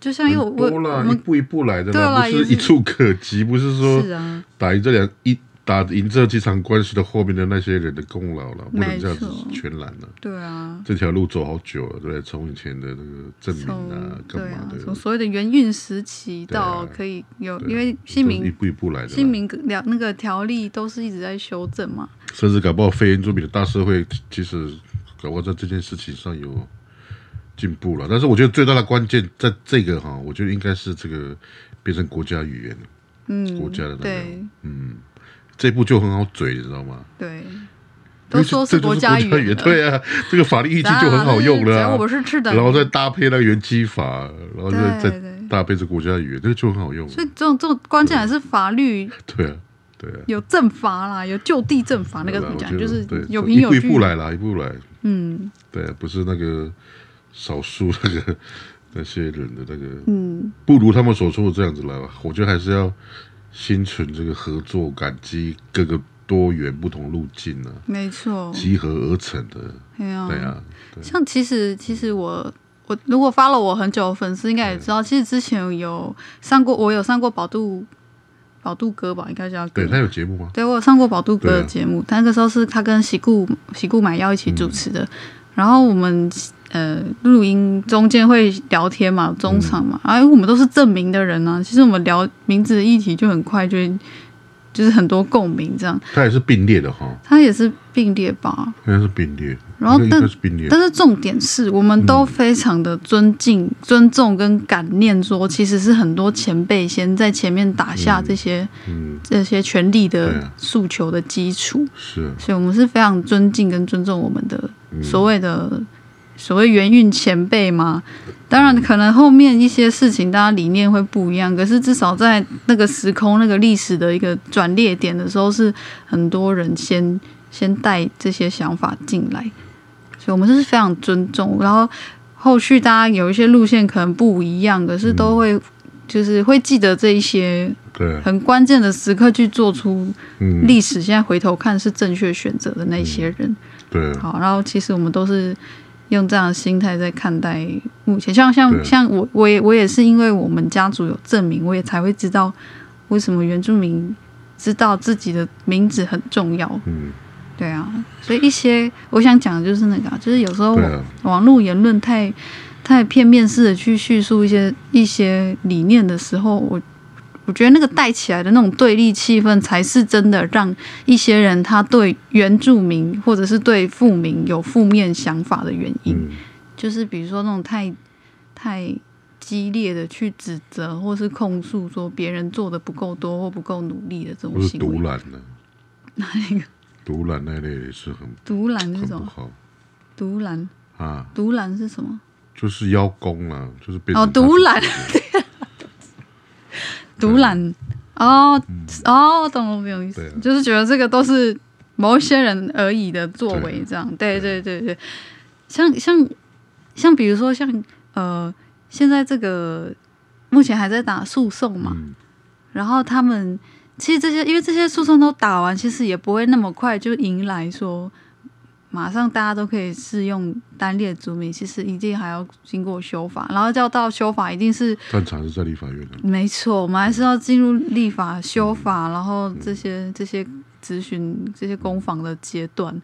就像因为我
很多
我我
啦，一
们
步一步来的
对
啦，
啦
不是
也是
一触可及，不是说
是啊，
打赢这两一打赢这几场官司的后面的那些人的功劳了，不能
没
这样子
错
全揽了。
对啊，
这条路走好久了，对不对？从以前的那个证明
从
啊，干
对啊
嘛，的
从，所谓的元运时期
对啊
到可以有，
对啊
因为
都
姓
是
名
一步一步来的啦。
姓名两那个条例都是一直在修正嘛。
甚至搞不好非原住民的大社会，其其实搞不好在这件事情上有进步了。但是我觉得最大的关键在这个哈，我觉得应该是这个变成国家语言了，
嗯，
国家的那个，
对
嗯，这一步就很好嘴，你知道吗？
对，都说
这
国
就是国
语
语言，
言，
对啊，这个法律意境
当然
就很好用
只
了、
要我
啊
们。是吃的，
然后再搭配那个原基法，然后再
对
再
对。
搭配这国家语言，这个就很好用了
所。以这种这种关键还是法 律
对啊，对啊，
有正法啦，有就地正法，那个
对
怎
啊
么
我
讲，
觉得
就是
对
有
就
凭有
一步
据
一步。来啦，一步来。
嗯
对，啊不是那个少数那个那些人的那个，
嗯，
不如他们所说的这样子来吧。我觉得还是要心存这个合作、感激各个多元不同路径呢、啊，
没错，
集合而成的。
对啊，
对啊，
像其实其实我我如果发了我很久的粉丝应该也知道，其实之前有上过我有上过宝度宝度哥吧，应该叫
对
哥。
他有节目吗？
对，我有上过宝度哥
对
的
啊
节目，但那个时候是他跟喜顾喜顾买药一起主持
嗯
的。然后我们呃录音中间会聊天嘛，中场
嗯
嘛，哎、我们都是证明的人啊。其实我们聊名字的议题就很快就会就是很多共鸣这样。
他也是并列的哈，
他也是并列吧，
应该是并列，
然后
应该
但
应该是并列。
但是重点是我们
嗯
都非常的尊敬、尊重跟感念说，其实是很多前辈先在前面打下这些、
嗯，
这些权利
对
的
啊
诉求的基础，
是啊，
所以我们是非常尊敬跟尊重我们的
嗯
所谓的、所谓元运前辈嘛。当然，可能后面一些事情大家理念会不一样，可是至少在那个时空、那个历史的一个转捩点的时候，是很多人先先带这些想法进来，所以我们这是非常尊重。然后后续大家有一些路线可能不一样，可是都会、就是会记得这一些
对啊，
很关键的时刻去做出
嗯，
历史现在回头看是正确选择的那些人。
对啊，
好，然后其实我们都是用这样的心态在看待目前，像像
对
像我我也我也是因为我们家族有证明，我也才会知道为什么原住民知道自己的名字很重要。
嗯，
对啊，所以一些我想讲的就是那个啊、就是有时候
对
网、
啊，
网络言论太太片面式的去叙述一些一些理念的时候，我我觉得那个带起来的那种对立气氛，才是真的让一些人他对原住民或者是对富民有负面想法的原因。
嗯，
就是比如说那种太太激烈的去指责或是控诉说别人做的不够多或不够努力的这
或
种
是
行
独
为，
揽呢，
哪一个
独揽那类也是很
独揽是
很
什
不
么？
好，
独揽
啊，
独揽是什么？
就是邀功啊，就是变
哦，
成他
独揽， 独揽，哦哦，懂了，没有意
嗯对
思
啊，
就是觉得这个都是某一些人而已的作为，这样，对对对对，像像像比如说像呃，现在这个目前还在打诉讼嘛，
嗯
然后他们其实这些，因为这些诉讼都打完，其实也不会那么快就迎来说马上大家都可以适用单列族名，其实一定还要经过修法，然后要到修法一定是
战场是在立法院的，
没错，我们还是要进入立法、修法，然后这些 这些咨询、这些攻防的阶段。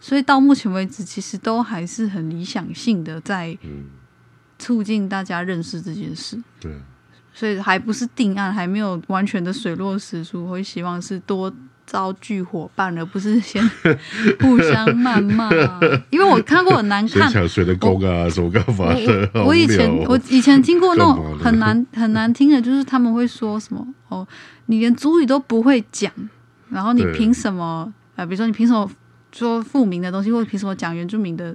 所以到目前为止，其实都还是很理想性的，在
嗯，
促进大家认识这件事。
对啊，
所以还不是定案，还没有完全的水落石出，会希望是多招聚伙伴，而不是 先互相谩骂。因为我看过很难
谁
看，
抢谁的功啊，什么干嘛的？
我
好
我我以前
无聊哦
我以前听过那
干嘛
种
的
很难很难听的，就是他们会说什么哦，你连主语都不会讲，然后你
对
凭什么？呃，比如说你凭什么说复明的东西，或者凭什么讲原住民的？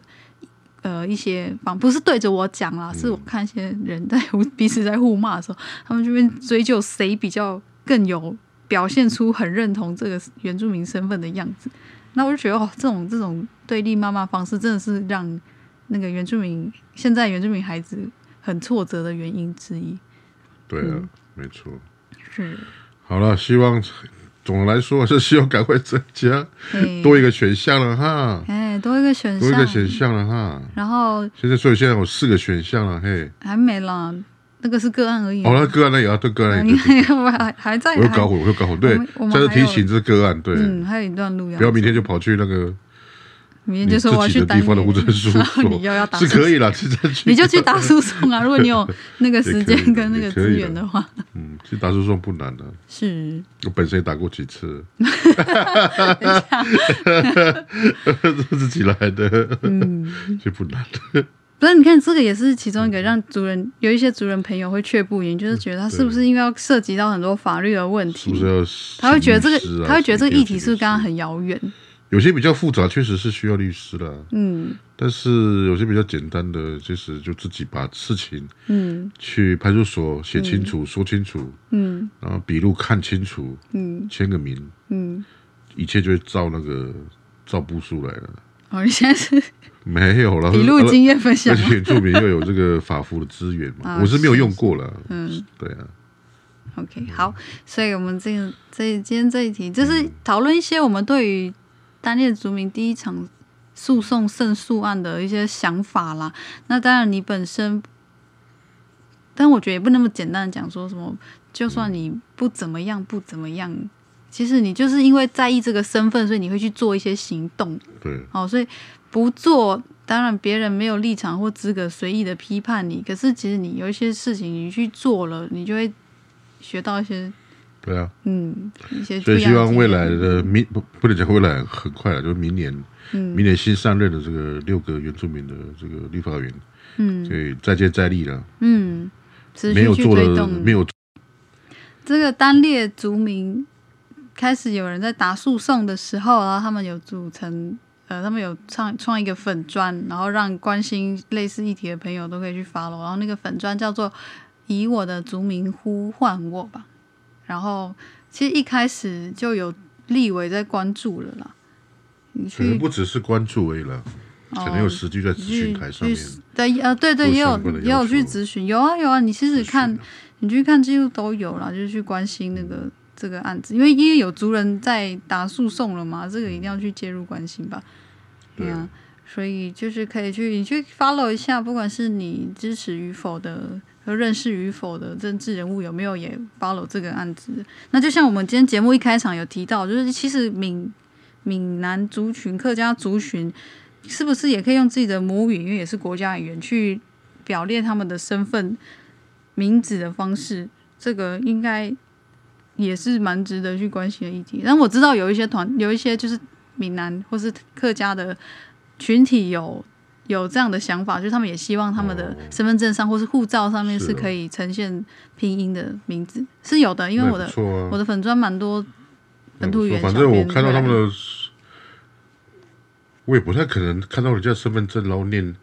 呃，一些方不是对着我讲啦，
嗯
是我看一些人在互彼此在互骂的时候，他们这边追究谁比较更有表现出很认同这个原住民身份的样子。那我就觉得哦，这种这种对立谩骂方式真的是让那个原住民现在原住民孩子很挫折的原因之一。
对啊，没错。
是，
好了，希望总的来说是希望赶快增加
哎
多一个选项了哈，
哎，多一个选
多一
项
个，选项了哈。
然后
现在所以现在有四个选项了，嘿。
还没啦，那个是个案而已啊。
好了，那个案呢也要对个案，
你看，我 还还在，
我又
嗯还
搞混，我又搞混。对
我们我，们
再次
还有
提醒这是个案，对，
嗯，还有一段路要
不要明天就跑去那个
明
你
天就
自
说我要
己
去
的
单
地方的
列
物证事务
然后
所，
你又要打
是
诉讼
可以啦，是再去，
你就去打诉讼 啊！如果你有那个时
也可以
间
的
跟那
也
个
可以
资
的
源的话，
嗯，去打诉讼不难的，
是
我本身也打过几 次，自己来的，就不难的，
嗯不是，你看这个也是其中一个让族人有一些族人朋友会却步，也就是觉得他是不是因为要涉及到很多法律的问
是不是
题，
要？
他会觉得这
请律师
个
啊
他会觉得这个议题
请
是不是跟他
律师
很遥远？
有些比较复杂，确实是需要律师啦。
嗯
但是有些比较简单的，其实就自己把事情
嗯
去派出所写清楚、说清楚，
嗯
然后笔录看清楚，
嗯
签个名，
嗯。
一切就会照那个照步数来了。
哦，你现在是
没有了，
笔录经验分享
而
吗
且原住民又有这个法服的资源嘛，
啊
我是没有用过了。
嗯，
对啊，
OK，好，所以我们这个这今天这一题就是讨论一些我们对于单列族民第一场诉讼胜诉案的一些想法啦。那当然，你本身，但我觉得也不那么简单的讲说什么，就算你不怎么样，不怎么样，其实你就是因为在意这个身份，所以你会去做一些行动。
对，
哦，所以不做，当然别人没有立场或资格随意的批判你。可是其实你有一些事情你去做了，你就会学到一些
对啊，
嗯一些不
所
一
以
样
希
的
望
经验。
未来的明不不能讲未来，很快了，就是明年，
嗯
明年新上任的这个六个原住民的这个立法员，
嗯
所以再接再厉了，
嗯，持
没
续
有
去
做
推
的
动
没有
这个单列族民开始有人在打诉讼的时候，然后他们有组成。呃，他们有创创一个粉砖，然后让关心类似议题的朋友都可以去 follow。然后那个粉砖叫做“以我的族名呼唤我”吧。然后其实一开始就有立委在关注了啦。你
可能
去哦
不只是关注而已了，可能有实际在咨询台上面。
去嗯对呃对对，
做
也有
相关的
也
要
有去
求
咨询，有啊有啊，你其实看
啊嗯
你去看记录都有啦，就是去关心那个这个案子，因为因为有族人在打诉讼了嘛，这个一定要去介入关心吧。
对
啊，所以就是可以去你去 follow 一下，不管是你支持与否的和认识与否的政治人物有没有也 follow 这个案子。那就像我们今天节目一开场有提到，就是其实闽闽南族群、客家族群是不是也可以用自己的母语，因为也是国家语言去表列他们的身份、名字的方式，这个应该也是蛮值得去关心的议题。但我知道有一些团，有一些就是闽南或是客家的群体有有这样的想法，就是他们也希望他们的
哦
身份证上或是护照上面
是
是
哦
可以呈现拼音的名字，是有的，因为我
那也
的
不错啊
我的粉砖蛮多本土语言
反
小
正我
编
看到他们
回来
的，我也不太可能看到人家身份证，然后念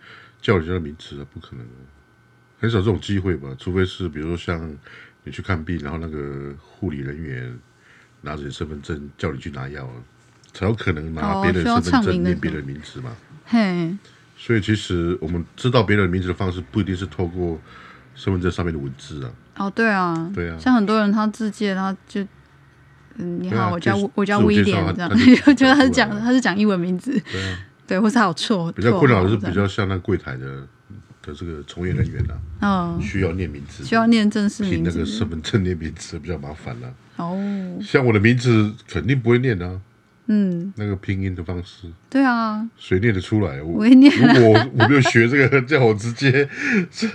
叫人家的名字啊，不可能啊，很少这种机会吧？除非是比如说像你去看病，然后那个护理人员拿着你身份证叫你去拿药啊，才有可能拿
哦
别人
需要
身份
唱
证
名的
念别
时候
人名字嘛。
嘿，
所以其实我们知道别人的名字的方式，不一定是透过身份证上面的文字啊。
哦，对啊，
对啊
像很多人他自荐，他就，嗯，你
对啊
好，我叫
自
我我叫
自我介
William
绍
这
他
样
他就，
就觉得他是
讲
讲
出来了
他是讲英文名字，
对啊，
对，或是他有错，
比较
错
困扰的是
这
比
样
较像那柜台的嗯的这个从业人员啊，
嗯，
需要念名字，
需要念正式名
凭那个
字
身份证念名字比较麻烦啦、
哦，
像我的名字肯定不会念啊，
嗯，
那个拼音的方式
对啊，
谁念得出来？我
我会念
如果我我没有学这个，叫我直接， 这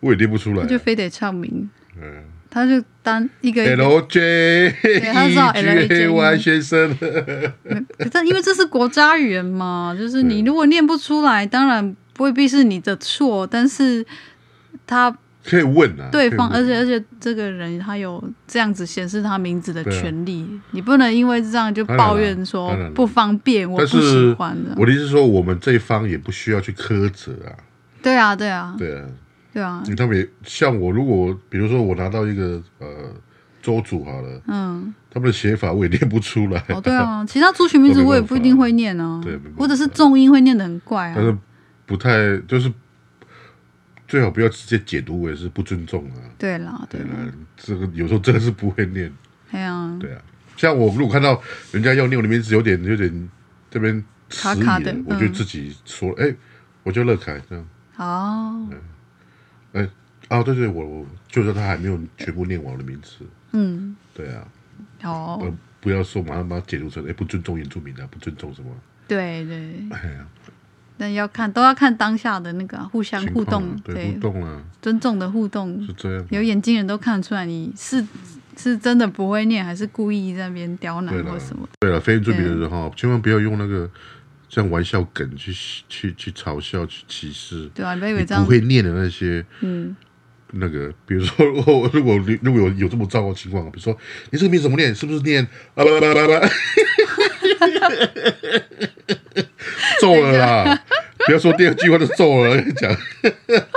我也念不出 来、
就
啊。
非得唱名，
嗯
他就单一个一个，
L J
他知道
E J Y 先生，
但因为这是国家语言嘛，就是你如果念不出来，当然未必是你的错，但是他
可以问啊，
对方，
可以
而
问
且而且这个人他有这样子显示他名字的
对啊
权利，你不能因为这样就
当然啦
抱怨说
当然啦
不方便，我
但
不
是
喜欢的。
我的意思是说，我们这一方也不需要去苛责啊，
对啊，对啊，
对啊，
对啊
因，为他们也像我，如果比如说我拿到一个呃州主好了，
嗯，
他们的写法我也念不出来，
哦，对 啊，其他族群名字
都没办法
我也不一定会念啊
对没办，法
或者是重音会念得很怪
但是
啊。
不太就是最好不要直接解读为是不尊重啊，
对啦，对
对
啦，
啊，这个有时候真的是不会念，
哎呀，
对啊，像我如果看到人家要念我的名字，有点有点这边迟疑
卡卡的
了
嗯
我就自己说，哎、我就乐凯这样。
好，
嗯啊，对对，我我就是他还没有全部念完我的名字，
嗯，
对啊，
好，
呃，不要说马上把它解读成哎不尊重原住民啊，不尊重什么，
对对，
哎呀，
但要看都要看当下的那个啊互相
情
互
况啊
动，
对，互动啊，
尊重的互动
是，这样
有
啊，
眼睛人都看得出来你是是真的不会念，还是故意在那边刁难
对啦
或什么的。
对了，啊非原住民的人哈，千万不要用那个像玩笑梗去去去嘲笑、去歧视，
对啊，你不要以
你
为这样
不， 会念的那些，嗯，那个，比如说，如果如果如果有有这么糟糕的情况，比如说你这个名字怎么念？是不是念啊啦啦啦啦？ 揍了啦！不要说第二句话就揍了，跟你讲。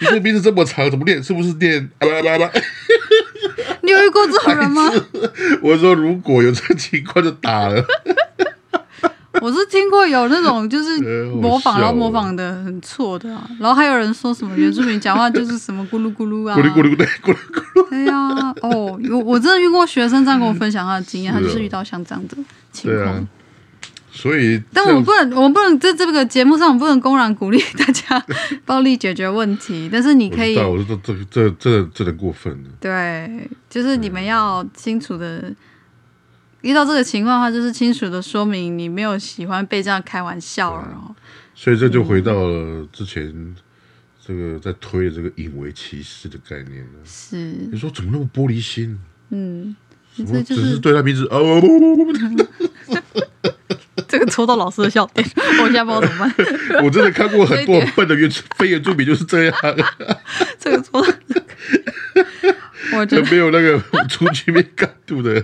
你这个名字这么长，怎么念？是不是念啊啦啦啦？
你有遇过这种人吗？
我说如果有这个情况就打了，
我是听过有那 种就是
呃我
模仿，
笑
然后模
了
仿的很错的啊。然后还有人说什么原住民讲话就是什么咕噜咕噜啊，
咕噜咕噜咕噜咕噜咕噜。
对呀、哦，我我真的遇过学生这样跟我分享他的经验，
是
他
哦
就是遇到像这样的情
对
况。
啊，所以
但
这
我
样
们不能，我们不能在这个节目上，我们不能公然鼓励大家 暴力解决问题。但是你
我
可
知
以，
道，我说这这这这这点过分了。
对，就是你们要清楚的，遇到这个情况的话，就是清楚的说明你没有喜欢被这样开玩笑了哦。
所以这就回到了之前这个在推的这个引为歧视的概念了。
是，
你说怎么那么玻璃心？
嗯，
怎
这
么
就
只是
是
对他名字哦不不不不不，
这个戳到老师的笑点，我现在不知道怎么办。
我真的看过很多
这一点
很笨的原住非原住民就是 这样，
这个戳到，我觉得
没有那个出去面干度的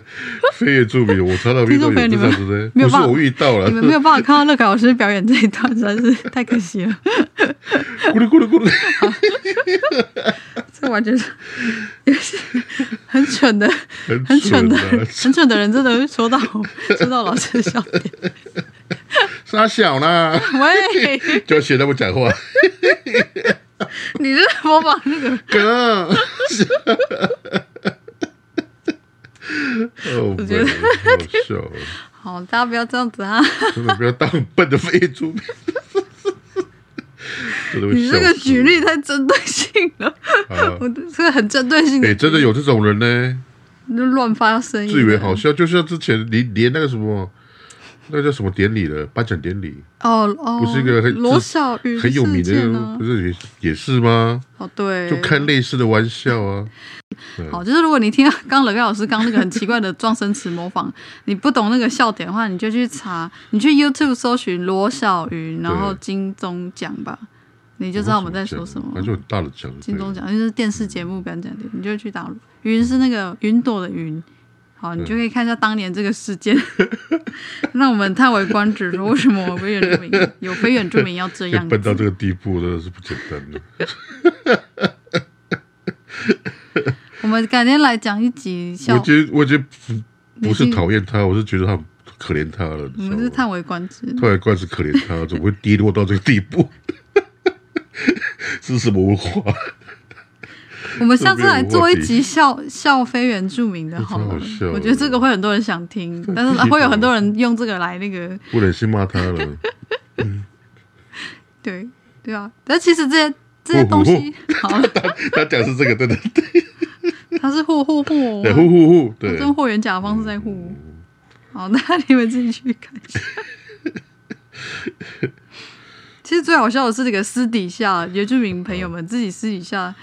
非原住民，我常常遇
听
到
众朋友
有
你
这
们
样子的，
没有
不是
办法
我遇到了
你，们没有办法看到乐凯老师表演这一段，实在是太可惜了。
咕噜咕噜咕噜，
这完全是有些很蠢的、
很
很
蠢
蠢
的
的、很蠢的人，真的会说到说到老师的笑点。
傻小啦，
喂，
就要学他们讲话，
你是模仿那个？
哥。哦，我
觉得
好笑哦。
好，大家不要这样子啊！
真的不要当笨的非猪。真的会
你
笑
这个
死
举例太针对性了， 我这个很针对性
哎、
的，
真的有这种人呢，
就乱发声音。
自以为好笑，就像之前连连那个什么，那个叫什么典礼了，颁奖典礼，
哦哦，
不是一个很
罗小鱼
很有名的
事件呢
那个，不？是也也是吗？
哦，对，
就开类似的玩笑啊，
好，就是如果你听到刚冷盖老师刚那个很奇怪的撞声词模仿，你不懂那个笑点的话，你就去查，你去 YouTube 搜寻罗小云，然后金钟奖吧，你就知道我们在说什么
反。正很大的奖，
金钟奖就是电视节目颁奖典礼，你就去打云是那个云朵的云，好，你就可以看一下当年这个事件， 让我们叹为观止，说为什么我非原住民有非原住民要这样
笨到
子。
这个地步真的是不简单的。
我们改天来讲一集
我
笑，
觉得，我觉得不不是
你
讨厌他，我是觉得他很可怜他了。
我
你知道
们
吗
是叹为观止。
突然怪是可怜他，怎么会低落到这个地步？ 是什么文化？
我们下次来做一集笑笑非原住民的好
这
了
好笑，
我觉得这个会很多人想听，但
这个
是啊会有很多人用这个来那个，
不忍心骂他了。
对对啊。但其实这些这些东西，好了，
他他讲是这个，对对对
它是互互 互
对，呼呼呼，对，嗯
跟霍元甲方是在互。好，那你们自己去看一 下。其实最好笑的是，这个私底下原住民朋友们自己私底下，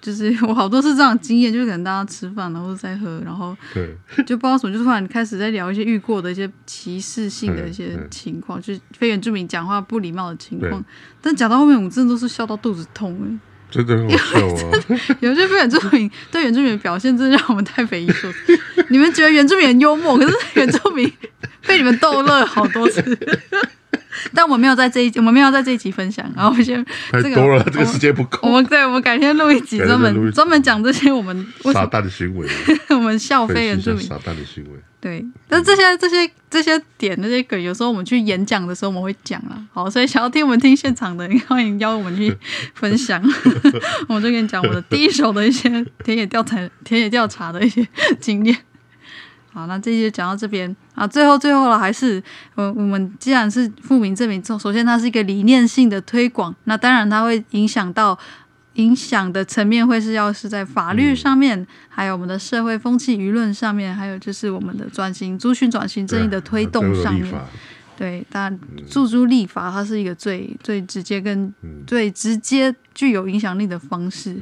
就是 我好多是这样的经验，就是可能大家吃饭然后在喝，然后
对，
就不知道什么，就突然开始在聊一些遇过的一些歧视性的一些
嗯嗯
情况，就是非原住民讲话不礼貌的情
对
况。但讲到后面，我真的都是笑到肚子痛欸
真的很好笑啊！
哎。有些非原住民对原住民的表现，真的让我们太匪夷所思。 你们觉得原住民很幽默，可是 原住民被你们逗乐好多次。 但我们没有在这一集，我们没有在这一集分享。然后我们先
太
这个
多了，这
我
个时间不
我
够。
们对我们改天录一集，
改天
专
录一
门
集
专门讲这些我们为什
傻
么
蛋的行为，
我们笑非
分
原
析
住
一
民
下傻蛋的行为。
对，但这些这些这些点那些梗，有时候我们去演讲的时候我们会讲啦。好，所以想要听我们听现场的，欢迎邀我们去 分享。我就跟你讲我的第一手的一些田野调查、田野调查的一些经验。 好，那这些讲到这边啊，最后最后了，还是我我们既然是复明证明之后，首先它是一个理念性的推广，那当然它会影响到影响的层面会是要是在法律上面，还有我们的社会风气、舆论上面，还有就是我们的转型、族群转型正义的推动上
对
面。
啊
对，但诉诸立法，它是一个最最直接跟
嗯
最直接具有影响力的方式。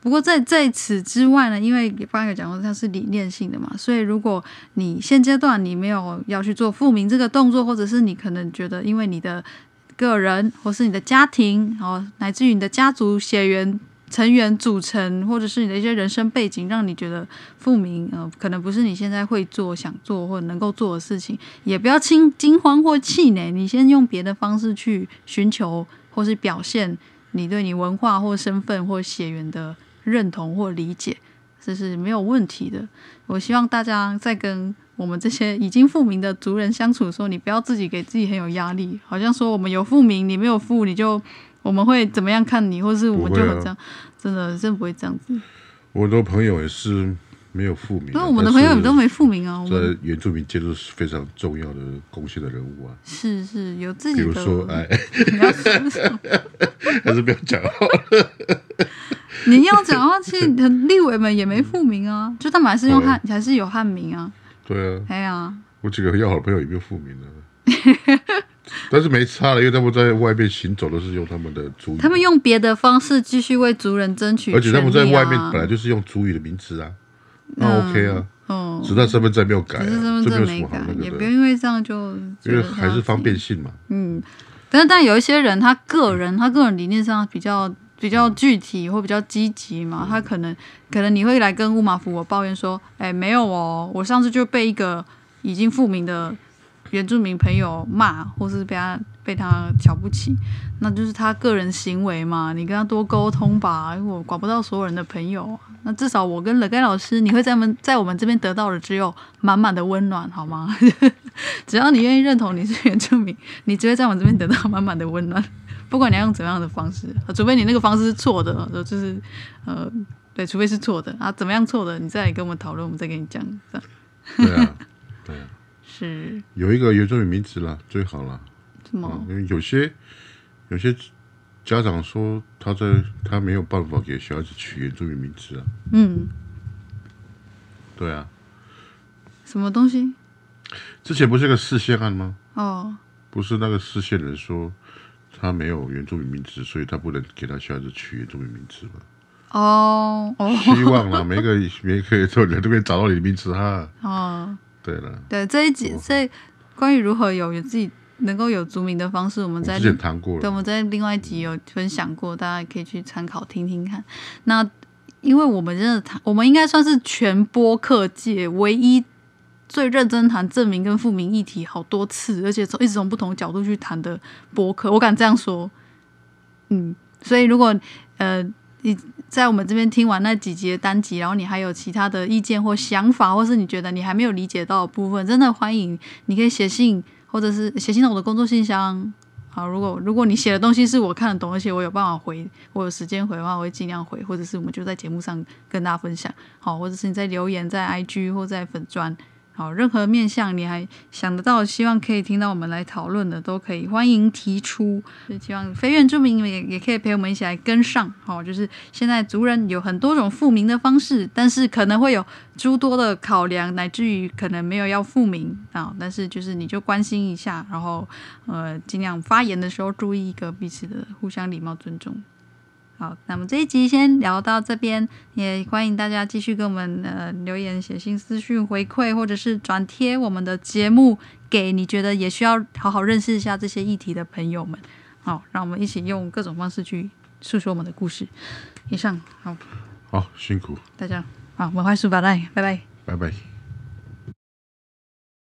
不过在在此之外呢，因为刚才有讲过它是理念性的嘛，所以如果你现阶段你没有要去做复明这个动作，或者是你可能觉得因为你的个人或是你的家庭，然后乃至于你的家族血缘成员组成，或者是你的一些人生背景，让你觉得复明呃可能不是你现在会做、想做或者能够做的事情，也不要惊惊慌或气馁，你先用别的方式去寻求或是表现你对你文化或身份或血缘的认同或理解，这是没有问题的。我希望大家在跟我们这些已经复明的族人相处的时候，你不要自己给自己很有压力，好像说我们有复明，你没有复，你就我们会怎么样看你，或是我们
不会
就
啊
很这样，真的真的不会这样子。
我很多朋友也是没有复明，
啊因为我们的朋友
啊但是
都没复明啊，我们
在原住民界都是非常重要的贡献的人物啊。
是是有自
比
己
如
的。嗯
说，哎，
你要 说什么？
还是不要讲好了。
你要讲的话，其实立委们也没复明 啊，就他们还是用汉，
哦
还是有汉名啊。
对啊，
哎呀、
我几个要好的朋友也没有复 名啊，但是没差了，因为他们在外面行走都是用他们的族语，
他们用别的方式继续为族人争取、权
而且他们在
利啊
外面本来就是用族语的名字啊，那 OK 啊，
哦，
只是他身份证没有改、啊，
只是身份
这没
证
有什
没
么好
改
那，
也
个
不
的
用，因为这样就
因为还是方。
觉得他自己
便 性嘛。
嗯，但但有一些人，他个人他个人理念上比较比较具体或比较积极嘛，他可能可能你会来跟乌马福我抱怨说，哎、没有哦，我上次就被一个已经复明的原住民朋友骂，或是被他被他瞧不起，那就是他个人行为嘛，你跟他多沟通吧，因为我管不到所有人的朋友啊，那至少我跟乐盖老师，你会在我们在我们这边得到的只有满满的温暖，好吗？ 只要你愿意认同你是原住民，你只会在我们这边得到满满的温暖， 不管你要用怎么样的方式，啊除非你那个方式是错的，呃就是呃，对，除非是错的啊，怎么样错的，你再来跟我们讨论，我们再跟你讲，这样
对啊，对啊，
是
有一个原住民名字啦，最好啦。
什么？
嗯，因为有些有些家长说他在他没有办法给小孩子取原住民名字啊，
嗯，
对啊，
什么东西？
之前不是有个四线案吗？
哦，
不是那个四线人说他没有原住民名字，所以他不能给他小孩子取原住民名字嘛。
哦，哦，
希望啦，每一个每一个人都能都可以找到你的名字哈。
哦，
对了，
对，这一集这关于如何有有自己能够有族名的方式，我们
我
在
们之前谈过
对，我
了，
们在另外一集有分享过，大家可以去参考听听看。那因为我们真的谈，我们应该算是全播客界唯一最认真谈证明跟复明议题好多次，而且从一直从不同角度去谈的播客，我敢这样说。嗯，所以如果呃你在我们这边听完那几集的单集，然后你还有其他的意见或想法，或是你觉得你还没有理解到的部分，真的欢迎你可以写信，或者是写信到我的工作信箱。好，如果如果你写的东西是我看得懂，而且我有办法回，我有时间回的话，我会尽量回，或者是我们就在节目上跟大家分享。好，或者是你在留言、在 IG 或在粉砖，好，任何面向你还想得到，希望可以听到我们来讨论的，都可以欢迎提出。所以希望非原住民也也可以陪我们一起来跟上。好，就是现在族人有很多种复名的方式，但是可能会有诸多的考量，乃至于可能没有要复名啊。但是就是你就关心一下，然后呃，尽量发言的时候注意一个彼此的互相礼貌尊重。好，那么这一集先聊到这边，也欢迎大家继续跟我们呃留言、写信、私讯回馈，或者是转贴我们的节目给你觉得也需要好好认识一下这些议题的朋友们。好，让我们一起用各种方式去诉说我们的故事。以上，好，
好，辛苦，
大家好，我们快速把赖，拜拜。
拜拜。